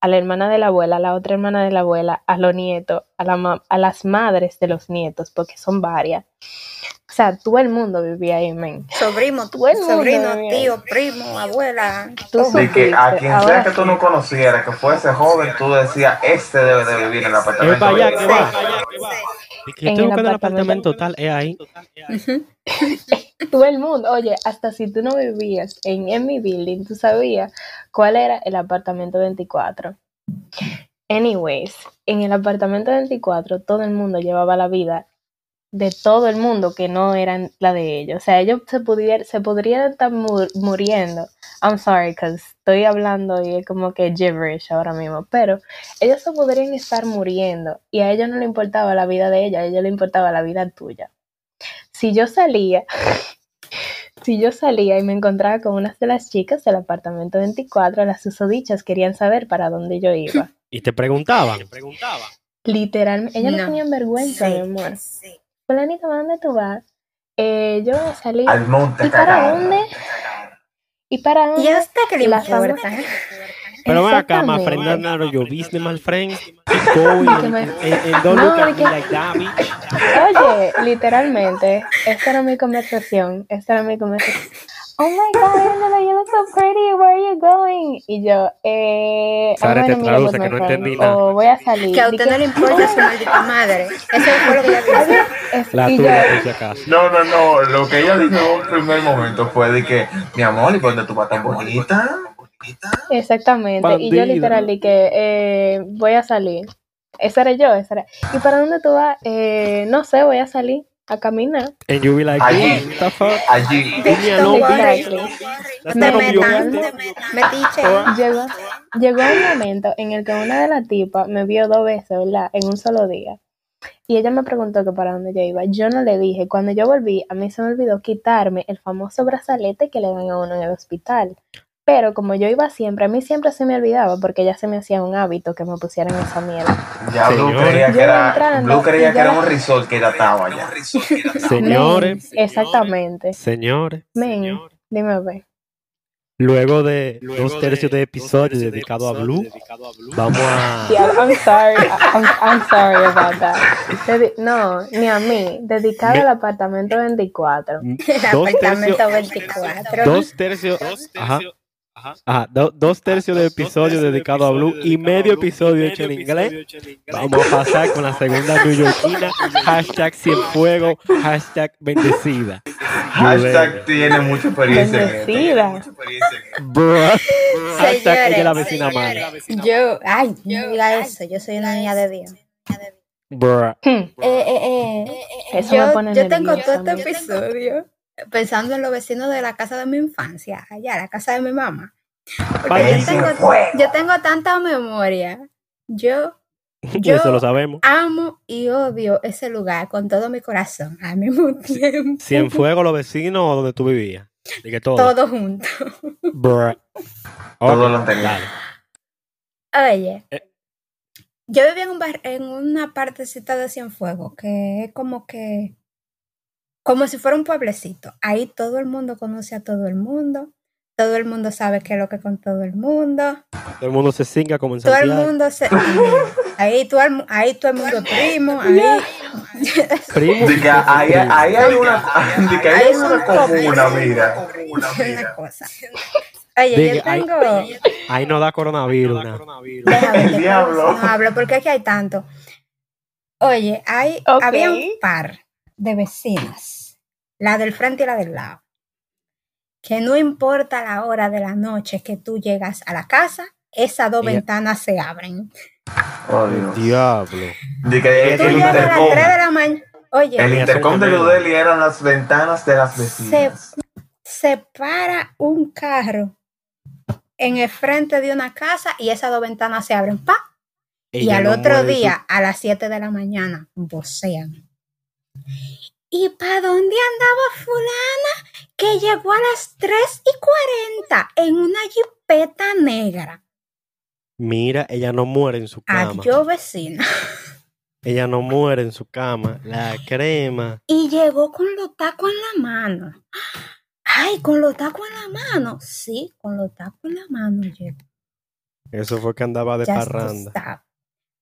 Speaker 4: a la hermana de la abuela, a la otra hermana de la abuela, a los nietos, a, la ma- a las madres de los nietos, porque son varias. O sea, todo el mundo vivía ahí, men.
Speaker 1: Sobrino,
Speaker 4: Todo el mundo
Speaker 1: sobrino,
Speaker 4: vive ahí.
Speaker 1: tío, primo, abuela.
Speaker 4: Tú
Speaker 1: todo.
Speaker 2: De que a quien sea
Speaker 4: Ahora
Speaker 2: que tú no conocieras, que fuese joven, tú decías, este debe de vivir en el apartamento.
Speaker 3: para allá que va. Y que
Speaker 4: En
Speaker 3: estoy
Speaker 4: el
Speaker 3: buscando el
Speaker 4: apartamento.
Speaker 3: apartamento tal, es ahí.
Speaker 1: Ujú.
Speaker 4: Todo el mundo, oye, hasta si tú no vivías en, en mi building, tú sabías cuál era el apartamento 24. Anyways, en el apartamento 24 todo el mundo llevaba la vida de todo el mundo que no eran la de ellos. O sea, ellos se, pudier- se podrían estar mu- muriendo. I'm sorry, because estoy hablando y es como que gibberish ahora mismo, pero ellos se podrían estar muriendo y a ellos no le importaba la vida de ella, a ellos le importaba la vida tuya. Si yo salía si yo salía y me encontraba con unas de las chicas del apartamento 24, las susodichas querían saber para dónde yo iba.
Speaker 3: Y te preguntaban.
Speaker 4: Literalmente, ellas no,
Speaker 1: No.
Speaker 4: tenían vergüenza,
Speaker 1: Sí,
Speaker 4: mi amor.
Speaker 1: sí.
Speaker 4: Fulanita, ¿para dónde tú vas? Eh, yo voy a salir.
Speaker 2: Al monte
Speaker 4: ¿Y para
Speaker 2: cagado.
Speaker 4: dónde? ¿Y para dónde?
Speaker 1: Y hasta que le
Speaker 4: Las
Speaker 1: importa.
Speaker 3: Pero ven acá, my
Speaker 4: Exactamente.
Speaker 3: friend, that not your business, my friend. Keep going
Speaker 4: Porque
Speaker 3: and,
Speaker 4: me-
Speaker 3: and- and don't
Speaker 4: No,
Speaker 3: look at me
Speaker 4: porque-
Speaker 3: like that, bitch.
Speaker 4: Oye, literalmente, esta era mi conversación. Esta era mi conversación. Oh my god, Angela, you look so pretty. Where are you going? Y yo, eh. I'm
Speaker 3: Sara,
Speaker 4: going
Speaker 3: te
Speaker 4: to meet
Speaker 3: traduce,
Speaker 4: up with
Speaker 3: que
Speaker 4: my
Speaker 3: no
Speaker 4: friend.
Speaker 3: entendí nada.
Speaker 4: O Oh, voy a salir.
Speaker 1: Que a
Speaker 4: Di
Speaker 1: usted no le importa su maldita madre. Eso fue lo que ella dijo.
Speaker 4: Es-
Speaker 3: La
Speaker 4: y
Speaker 3: tuya,
Speaker 4: yo-
Speaker 3: por si acaso.
Speaker 2: No, no, no. Lo que ella dijo en un primer momento fue de que, mi amor, ¿y cuando tú vas tan bonita?
Speaker 4: exactamente. Y
Speaker 3: Bandido.
Speaker 4: yo literal y que eh, voy a salir. Esa era yo, esa era. ¿Y para dónde tú vas? Eh, no sé, voy a salir a caminar.
Speaker 3: And you be like,
Speaker 2: Allí.
Speaker 3: what the fuck?
Speaker 2: Allí.
Speaker 3: Leave me alone, bitch.
Speaker 4: Exactly.
Speaker 3: That's
Speaker 1: Me
Speaker 3: none of your
Speaker 1: metan,
Speaker 3: business.
Speaker 1: metiche.
Speaker 4: Llegó, llegó un momento en el que una de las tipas me vio dos veces, ¿verdad? En un solo día. Y ella me preguntó que para dónde yo iba. Yo no le dije. Cuando yo volví, a mí se me olvidó quitarme el famoso brazalete que le dan a uno en el hospital. Pero como yo iba siempre, a mí siempre se me olvidaba porque ya se me hacía un hábito que me pusieran esa mierda.
Speaker 2: Ya Blue
Speaker 3: Señores.
Speaker 2: creía que
Speaker 4: Yo
Speaker 2: era,
Speaker 4: entrando,
Speaker 2: Blue creía
Speaker 4: y
Speaker 2: que era
Speaker 4: ya-
Speaker 2: un resort que ya estaba allá.
Speaker 3: Señores,
Speaker 4: Men, exactamente.
Speaker 3: señores.
Speaker 4: Men, dime a ver.
Speaker 3: Luego de dos tercios de episodios dedicados a Blue, vamos a...
Speaker 4: Yeah, I'm sorry. I'm, I'm sorry about that. Dedi- no, ni a mí. Dedicado
Speaker 3: Me-
Speaker 4: al apartamento 24.
Speaker 3: Dos tercios,
Speaker 1: Apartamento 24.
Speaker 3: dos tercios, ajá, ajá, do- dos tercios de episodios dedicados a Blue y medio episodio hecho en inglés. Vamos a pasar con la segunda newyorkina, hashtag cienfuego, hashtag bendecida.
Speaker 2: Hashtag tiene mucha experiencia en esto.
Speaker 4: Bendecida.
Speaker 3: Bro, hashtag ella es
Speaker 1: Señores,
Speaker 3: la vecina mala.
Speaker 1: Yo, ay, no diga eso. Yo soy una niña de Dios.
Speaker 3: Bro,
Speaker 4: Hmm,
Speaker 1: Eh, eh, eh.
Speaker 4: Eso me
Speaker 1: yo,
Speaker 4: pone
Speaker 1: yo tengo
Speaker 4: nerviosa,
Speaker 1: todo este
Speaker 4: ¿no?
Speaker 1: episodio pensando en los vecinos de la casa de mi infancia, allá, la casa de mi mamá. Porque yo
Speaker 3: Parece
Speaker 1: tengo,
Speaker 2: fuego.
Speaker 1: yo tengo tanta memoria. Yo Yo-
Speaker 3: eso lo sabemos.
Speaker 1: amo y odio ese lugar con todo mi corazón al mismo tiempo.
Speaker 3: Cienfuego, los vecinos o donde tú vivías. De que todo.
Speaker 1: Todo junto.
Speaker 3: Bro.
Speaker 2: Todo
Speaker 3: Ok,
Speaker 2: lo tenía.
Speaker 3: dale.
Speaker 1: Oye,
Speaker 3: Eh.
Speaker 1: yo vivía en, un bar- en una partecita de Cienfuegos que es como que, como si fuera un pueblecito. Ahí todo el mundo conoce a todo el mundo. Todo el mundo sabe qué es lo que con todo el mundo.
Speaker 3: Todo el mundo se cinga como en
Speaker 1: Todo el
Speaker 3: Santiago.
Speaker 1: mundo se. Ahí todo el, mu- ahí todo el mundo es primo. Ahí,
Speaker 3: Primo.
Speaker 2: De que ahí, ahí hay una, de que ahí hay una comuna, mira.
Speaker 1: una cosa. Oye,
Speaker 3: Diga,
Speaker 1: yo
Speaker 3: ahí-
Speaker 1: tengo.
Speaker 3: Ahí no da coronavirus. nada.
Speaker 1: Déjame,
Speaker 2: El
Speaker 1: te-
Speaker 2: diablo.
Speaker 1: No hablo porque aquí hay tanto. Oye, hay,
Speaker 4: Ok.
Speaker 1: había un par de vecinas, la del frente y la del lado, que no importa la hora de la noche que tú llegas a la casa, esas dos
Speaker 3: Ella-
Speaker 1: ventanas se abren.
Speaker 2: Oh, Dios.
Speaker 3: Diablo.
Speaker 2: De que
Speaker 1: Tú
Speaker 2: el
Speaker 1: llegas a las 3
Speaker 2: intercom.
Speaker 1: de la mañana. Oye,
Speaker 2: El
Speaker 3: Tenía
Speaker 2: intercom de
Speaker 3: sentido.
Speaker 2: Ludeli eran las ventanas de las
Speaker 1: se,
Speaker 2: vecinas.
Speaker 1: se para un carro en el frente de una casa y esas dos ventanas se abren, pa, y
Speaker 3: Ella
Speaker 1: al
Speaker 3: no
Speaker 1: otro
Speaker 3: muere de su-
Speaker 1: día, a las 7 de la mañana, vocean. ¿Y para dónde andaba fulana que llegó a las 3 y 40 en una jipeta negra?
Speaker 3: Mira, ella no muere en su cama.
Speaker 1: Adiós, vecina.
Speaker 3: Ella no muere en su cama. La crema.
Speaker 1: Y llegó con los tacos en la mano. Ay, con los tacos en la mano. Sí, con los tacos en la mano llegó.
Speaker 3: Eso fue que andaba de
Speaker 1: Ya Pues tú
Speaker 3: parranda.
Speaker 1: sabes.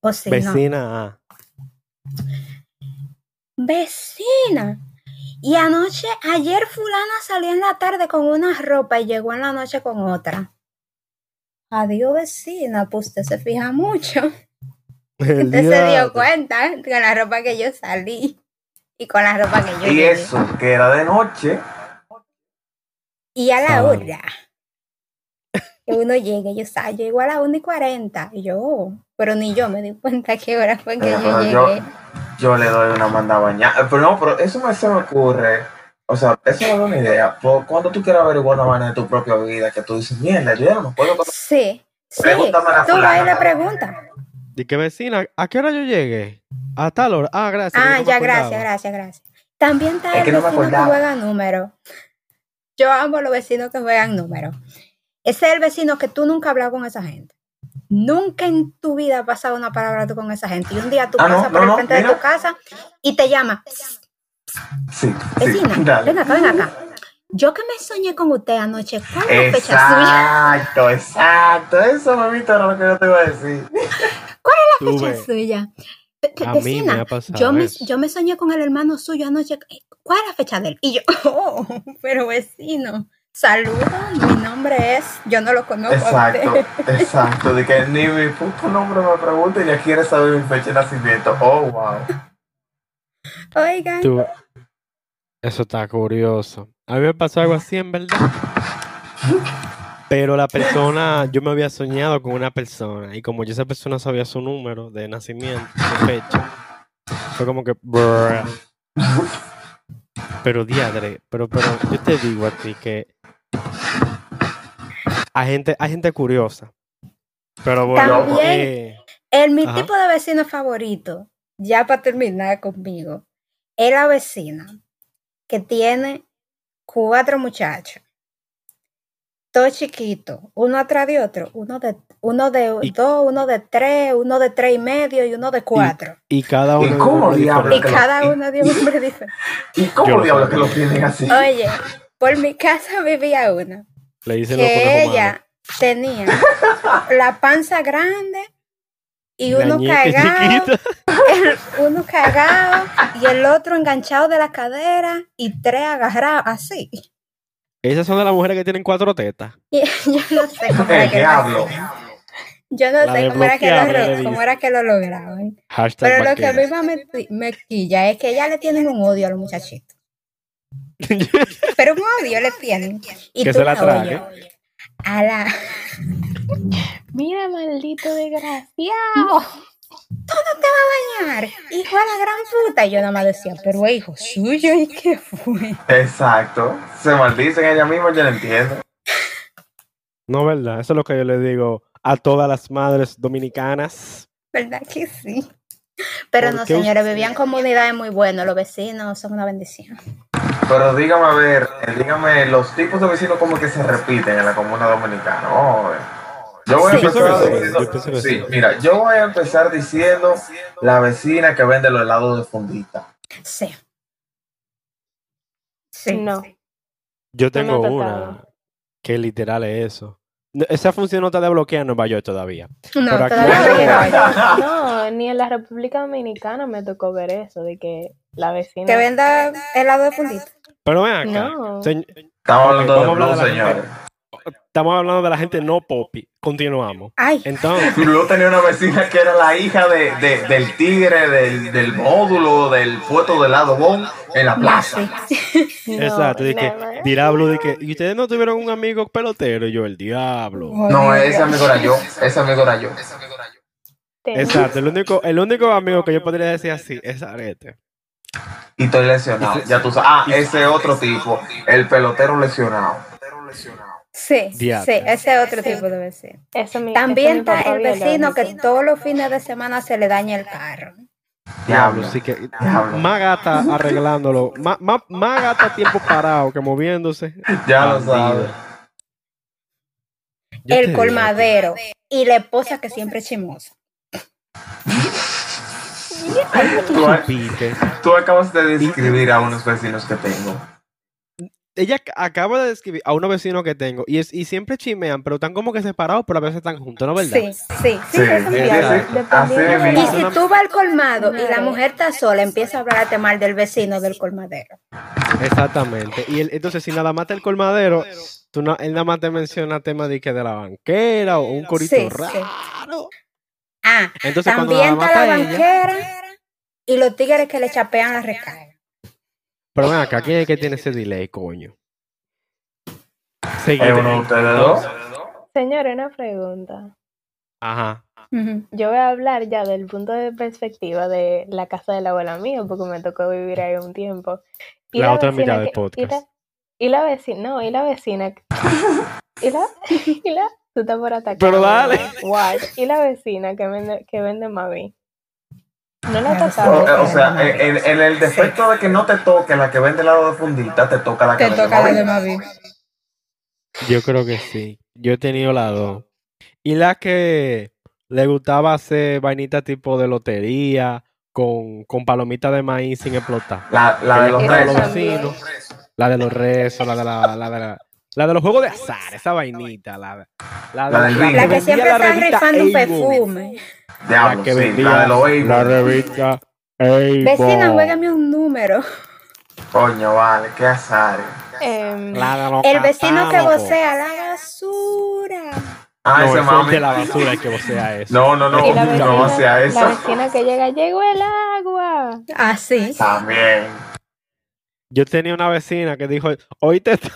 Speaker 1: O si Este, no,
Speaker 3: Vecina A.
Speaker 1: Vecina. Y anoche, ayer fulana salió en la tarde con una ropa y llegó en la noche con otra. Adiós vecina, pues usted se fija mucho. Usted se dio cuenta ¿eh? con la ropa que yo salí y con la ropa que yo
Speaker 2: Y
Speaker 1: llevé.
Speaker 2: eso, que era de noche.
Speaker 1: Y a la
Speaker 3: Ah.
Speaker 1: hora que uno llega, yo sa- llego a las 1 y 40. Y yo, oh, pero ni yo me di cuenta qué hora fue que
Speaker 2: Eh,
Speaker 1: yo
Speaker 2: pero
Speaker 1: llegué.
Speaker 2: yo- Yo le doy una manda bañada. Pero no, pero eso me, se me ocurre. O sea, eso me da una idea. Por- Cuando tú quieras averiguar una vaina de tu propia vida, que tú dices, mierda, yo ya no me puedo. con-
Speaker 1: Sí, sí.
Speaker 2: Pregúntame a la
Speaker 1: Tú vas y le
Speaker 2: fulana.
Speaker 1: preguntas.
Speaker 3: ¿Y qué vecina? ¿A qué hora yo llegué? A tal hora. Ah, gracias. que yo
Speaker 1: Ah,
Speaker 3: no me
Speaker 1: ya,
Speaker 3: acordaba.
Speaker 1: gracias, gracias, gracias. También está
Speaker 2: Es
Speaker 1: el
Speaker 2: que no me
Speaker 1: vecino que
Speaker 2: acordaba.
Speaker 1: juega número. Yo amo los vecinos que juegan número. Ese es el vecino que tú nunca has hablado con esa gente. Nunca en tu vida has pasado una palabra tú con esa gente. Y un día tú
Speaker 2: Ah, no,
Speaker 1: pasas por
Speaker 2: no,
Speaker 1: el
Speaker 2: no,
Speaker 1: frente de
Speaker 2: mira.
Speaker 1: tu casa y te llama. "Psst,
Speaker 2: Sí, sí,
Speaker 1: Vecina,
Speaker 2: dale.
Speaker 1: ven acá, ven acá. Yo que me soñé con usted anoche, ¿cuál es la fecha suya?
Speaker 2: Exacto, exacto. Eso, mamita, era lo que yo te iba a decir.
Speaker 3: Tú
Speaker 1: Fecha
Speaker 3: ves,
Speaker 1: suya. Pe- pe-
Speaker 3: A mí me
Speaker 1: vecina,
Speaker 3: ha pasado.
Speaker 1: yo me,
Speaker 3: eso.
Speaker 1: yo me soñé con el hermano suyo anoche. ¿Cuál es la fecha de él? Y yo, oh, pero vecino, saludos, mi nombre es, yo no lo conozco. a usted.
Speaker 2: Exacto, exacto. De que ni mi puto nombre me pregunta y ya quiere saber mi fecha de nacimiento. Oh, wow.
Speaker 1: Oigan,
Speaker 3: Tú- Eso está curioso. A mí me pasó algo así, en verdad. Pero la persona, yo me había soñado con una persona. Y como yo esa persona sabía su número de nacimiento, su fecha, fue como que. "Bruh". Pero diadre, pero, pero yo te digo a ti que. Hay gente, hay gente curiosa. Pero bueno,
Speaker 1: También-
Speaker 3: eh,
Speaker 1: el, mi
Speaker 3: ajá.
Speaker 1: tipo de vecino favorito, ya para terminar conmigo, es la vecina que tiene cuatro muchachos. Todos chiquitos, uno atrás de otro, uno de, uno de
Speaker 3: Y-
Speaker 1: dos, uno de tres, uno de tres y medio y uno de cuatro.
Speaker 3: y cada uno.
Speaker 2: ¿Y
Speaker 3: de
Speaker 2: cómo
Speaker 3: nosotros
Speaker 2: diablos?
Speaker 1: Y
Speaker 3: diferente.
Speaker 2: Claro.
Speaker 1: cada uno de un hombre diferente.
Speaker 2: ¿Y
Speaker 3: Yo
Speaker 2: cómo
Speaker 3: lo
Speaker 2: diablos que
Speaker 3: sabía.
Speaker 2: lo tienen así?
Speaker 1: Oye, por mi casa vivía una
Speaker 3: Le dicen los
Speaker 1: que
Speaker 3: conejos malos.
Speaker 1: ella tenía la panza grande y
Speaker 3: La
Speaker 1: uno
Speaker 3: ñeca
Speaker 1: cagado,
Speaker 3: chiquita.
Speaker 1: el- uno cagado y el otro enganchado de la cadera y tres agarrados así.
Speaker 3: Esas son de las mujeres que tienen cuatro tetas.
Speaker 1: Y yo no sé cómo era
Speaker 2: El
Speaker 1: que lo
Speaker 2: diablo.
Speaker 1: hacían. Yo no
Speaker 3: La
Speaker 1: sé cómo era, que lo,
Speaker 3: desbloqueable,
Speaker 1: ro-
Speaker 3: le
Speaker 1: cómo
Speaker 3: dicen.
Speaker 1: era que lo lograban.
Speaker 3: Hashtag
Speaker 1: Pero lo que a mí
Speaker 3: vaquera.
Speaker 1: más me, me quilla es que ya le tienen un odio a los muchachitos. Pero un odio le tienen. Y
Speaker 3: Que
Speaker 1: tú
Speaker 3: se la
Speaker 1: la oyes.
Speaker 3: trague.
Speaker 1: A la...
Speaker 4: Mira, maldito desgraciado.
Speaker 1: bañar, hijo de la gran puta. Y yo nada más decía, pero es hijo suyo, ¿y qué fue?
Speaker 2: Exacto. Se maldicen ella misma, yo no entiendo.
Speaker 3: No, ¿verdad? Eso es lo que yo le digo a todas las madres dominicanas.
Speaker 1: ¿Verdad que sí? Pero
Speaker 3: ¿Por
Speaker 1: no,
Speaker 3: qué
Speaker 1: señores, vivían comunidades muy buenas, los vecinos son una bendición.
Speaker 2: Pero dígame, a ver, eh, dígame los tipos de vecinos como que se repiten en la comuna dominicana. Vamos a ver. Yo voy a
Speaker 1: Sí, yo
Speaker 2: empezar
Speaker 1: pienso que sí,
Speaker 2: diciendo,
Speaker 3: yo pienso que
Speaker 2: sí,
Speaker 3: sí.
Speaker 2: mira, yo voy a empezar diciendo la vecina que vende los helados de fundita.
Speaker 1: Sí. Sí.
Speaker 4: No.
Speaker 3: Yo
Speaker 4: No me ha
Speaker 3: tengo
Speaker 4: tocado.
Speaker 3: una que literal es eso. No, Esa función no está desbloqueada en Nueva York todavía.
Speaker 1: No,
Speaker 3: Pero aquí-
Speaker 1: todavía no llegaba yo.
Speaker 4: No, ni en la República Dominicana me tocó ver eso, de que la vecina...
Speaker 1: Que venda helado de fundito.
Speaker 3: Pero ven acá.
Speaker 4: No.
Speaker 3: Señ-
Speaker 2: Estamos
Speaker 3: Ok,
Speaker 2: hablando
Speaker 3: vamos a
Speaker 2: de
Speaker 3: hablar
Speaker 2: Blue,
Speaker 3: de la
Speaker 2: señores.
Speaker 3: Estamos hablando de la gente no popi. Continuamos.
Speaker 1: Ay,
Speaker 3: Entonces,
Speaker 2: Blue tenía una vecina que era la hija de, de- del tigre, del, del módulo, del puesto de helado bon en la
Speaker 1: no,
Speaker 2: plaza.
Speaker 1: sí.
Speaker 4: No,
Speaker 3: exacto. De que,
Speaker 4: never.
Speaker 3: dirá Blue de que, ¿y ustedes no tuvieron un amigo pelotero? Y yo, el diablo.
Speaker 2: No, ese amigo era yo, ese amigo era yo.
Speaker 4: Tenía-
Speaker 3: Exacto. El único, el único amigo que yo podría decir así es Arete.
Speaker 2: Y estoy lesionado. Ya tú sabes. Ah, ese otro tipo, el pelotero lesionado.
Speaker 1: Sí,
Speaker 3: Diablo.
Speaker 1: sí, ese otro tipo de vecino.
Speaker 4: Eso mi-
Speaker 1: También
Speaker 4: eso mi
Speaker 1: está
Speaker 4: papá
Speaker 1: el
Speaker 4: vio allá,
Speaker 1: vecino
Speaker 4: dice,
Speaker 1: que todos los fines de semana se le daña el carro.
Speaker 2: Diablo.
Speaker 3: sí que.
Speaker 2: Diablo.
Speaker 3: Más gata arreglándolo. Más, más, más gata tiempo parado que moviéndose.
Speaker 2: Ya lo
Speaker 3: Bandido.
Speaker 2: sabes.
Speaker 3: Yo te
Speaker 1: el
Speaker 3: digo,
Speaker 1: colmadero y la esposa que siempre es chimosa.
Speaker 2: Tú, ac-
Speaker 3: supiste.
Speaker 2: tú acabas de describir a unos vecinos que tengo.
Speaker 3: Ella ac- acaba de describir a unos vecinos que tengo y, es, y siempre chimean, pero están como que separados, pero a veces están juntos, ¿no verdad?
Speaker 1: Sí, sí,
Speaker 2: Sí,
Speaker 1: sí.
Speaker 4: es
Speaker 2: sí,
Speaker 4: diablo.
Speaker 2: sí, así
Speaker 4: Dependiendo
Speaker 2: es
Speaker 4: de-
Speaker 1: Y
Speaker 2: mismo.
Speaker 1: si tú vas al colmado y la mujer está sola, empieza a hablarte mal del vecino del colmadero.
Speaker 3: Exactamente. Y el- entonces, si nada más está el colmadero, tú na- él nada más te menciona temas de, que de la banquera o un corito
Speaker 1: Sí,
Speaker 3: raro.
Speaker 1: sí. Ah,
Speaker 3: Entonces, cuando nada
Speaker 1: también
Speaker 3: más
Speaker 1: está la
Speaker 3: está ella,
Speaker 1: banquera y los tigres que le chapean la recarga.
Speaker 3: pero ven acá, ¿quién es el que tiene ese delay, coño? Seguí.
Speaker 2: ¿Es uno de ustedes dos?
Speaker 4: Señora, una pregunta.
Speaker 3: Ajá.
Speaker 1: Ujú.
Speaker 4: Yo voy a hablar ya del punto de perspectiva de la casa de la abuela mía, porque me tocó vivir ahí un tiempo.
Speaker 3: La otra
Speaker 4: vecina
Speaker 3: mitad del
Speaker 4: que- Y la,
Speaker 3: podcast.
Speaker 4: y la vecina, no, y la vecina. que- y la, y la, tú estás por atacar.
Speaker 3: Pero dale.
Speaker 4: Guay. Y la vecina que vende, que vende Mavi. No la ha
Speaker 2: O,
Speaker 4: tocado.
Speaker 2: o sea, en, en- en el defecto de que no te toque la que vende helado de fundita, te toca la que
Speaker 1: Te
Speaker 2: vende
Speaker 1: toca la de
Speaker 2: Mavi.
Speaker 1: Mavi.
Speaker 3: Yo creo que sí. Yo he tenido las dos. Y la que le gustaba hacer vainita tipo de lotería con, con palomitas de maíz sin explotar.
Speaker 2: La, la de los
Speaker 4: Esa
Speaker 2: tres.
Speaker 4: también.
Speaker 3: La de los rezos, la de la, la de la, la de los juegos de azar, esa vainita, la, la,
Speaker 2: La del bingo.
Speaker 1: La que
Speaker 3: vendía
Speaker 1: siempre
Speaker 3: la
Speaker 1: está
Speaker 3: revista
Speaker 1: rifando un
Speaker 3: Avon.
Speaker 1: perfume.
Speaker 2: Diablo, sí, la de los
Speaker 3: la
Speaker 2: Avon.
Speaker 3: revista Avon.
Speaker 1: Vecina, juégame un número.
Speaker 2: Coño, vale, qué azar.
Speaker 4: Em,
Speaker 3: La de los
Speaker 1: El vecino que
Speaker 3: catálogos.
Speaker 1: vocea la basura.
Speaker 2: Ah,
Speaker 3: No,
Speaker 2: ese
Speaker 3: eso es
Speaker 2: mami.
Speaker 3: de la basura el que vocea eso.
Speaker 2: No, no, no,
Speaker 4: y la vecina,
Speaker 2: no sea
Speaker 4: la
Speaker 2: eso.
Speaker 4: vecina que llega, llegó el agua.
Speaker 1: Ah, sí.
Speaker 2: También.
Speaker 3: Yo tenía una vecina que dijo, oíste esto.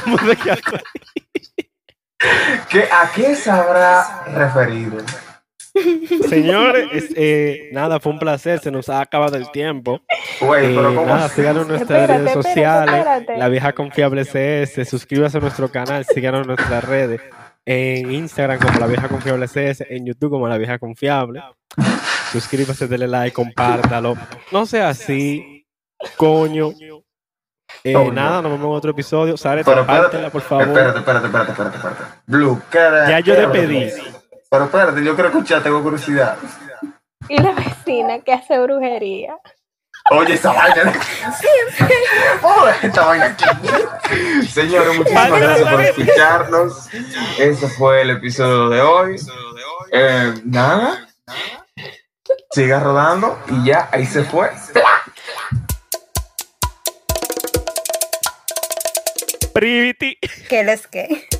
Speaker 3: ¿Cómo se llama?
Speaker 2: ¿Qué, ¿A qué se habrá referido?
Speaker 3: Señores, es- eh, nada, fue un placer, se nos ha acabado el tiempo.
Speaker 2: Güey,
Speaker 3: Eh,
Speaker 2: pero ¿cómo
Speaker 3: nada,
Speaker 2: así?
Speaker 3: síganos en nuestras
Speaker 4: Espérate,
Speaker 3: redes
Speaker 4: espérate,
Speaker 3: sociales,
Speaker 4: espérate.
Speaker 3: la vieja confiable CS, suscríbase a nuestro canal, síganos en nuestras redes, en Instagram como la vieja confiable CS, en YouTube como la vieja confiable. Suscríbase, dele like, compártalo. No sea así, coño. Eh,
Speaker 2: Coño.
Speaker 3: nada, nos vemos en otro episodio. Sare,
Speaker 2: Pero espérate,
Speaker 3: compártela, por favor.
Speaker 2: espérate, espérate, espérate, espérate, espérate. Blue, ¿qué era?
Speaker 3: Ya
Speaker 2: ¿Qué
Speaker 3: yo le
Speaker 2: era?
Speaker 3: pedí.
Speaker 2: Pero espérate, yo quiero escuchar, tengo curiosidad.
Speaker 4: Y la vecina que hace brujería.
Speaker 2: Oye, esa vaina. Oye, esta vaina aquí. Señores, muchísimas
Speaker 3: Vale,
Speaker 2: gracias por
Speaker 3: vale.
Speaker 2: escucharnos. Ese fue el episodio de hoy. Eh, nada. Siga rodando y ya, ahí se fue.
Speaker 3: Privity.
Speaker 1: ¿Qué les que?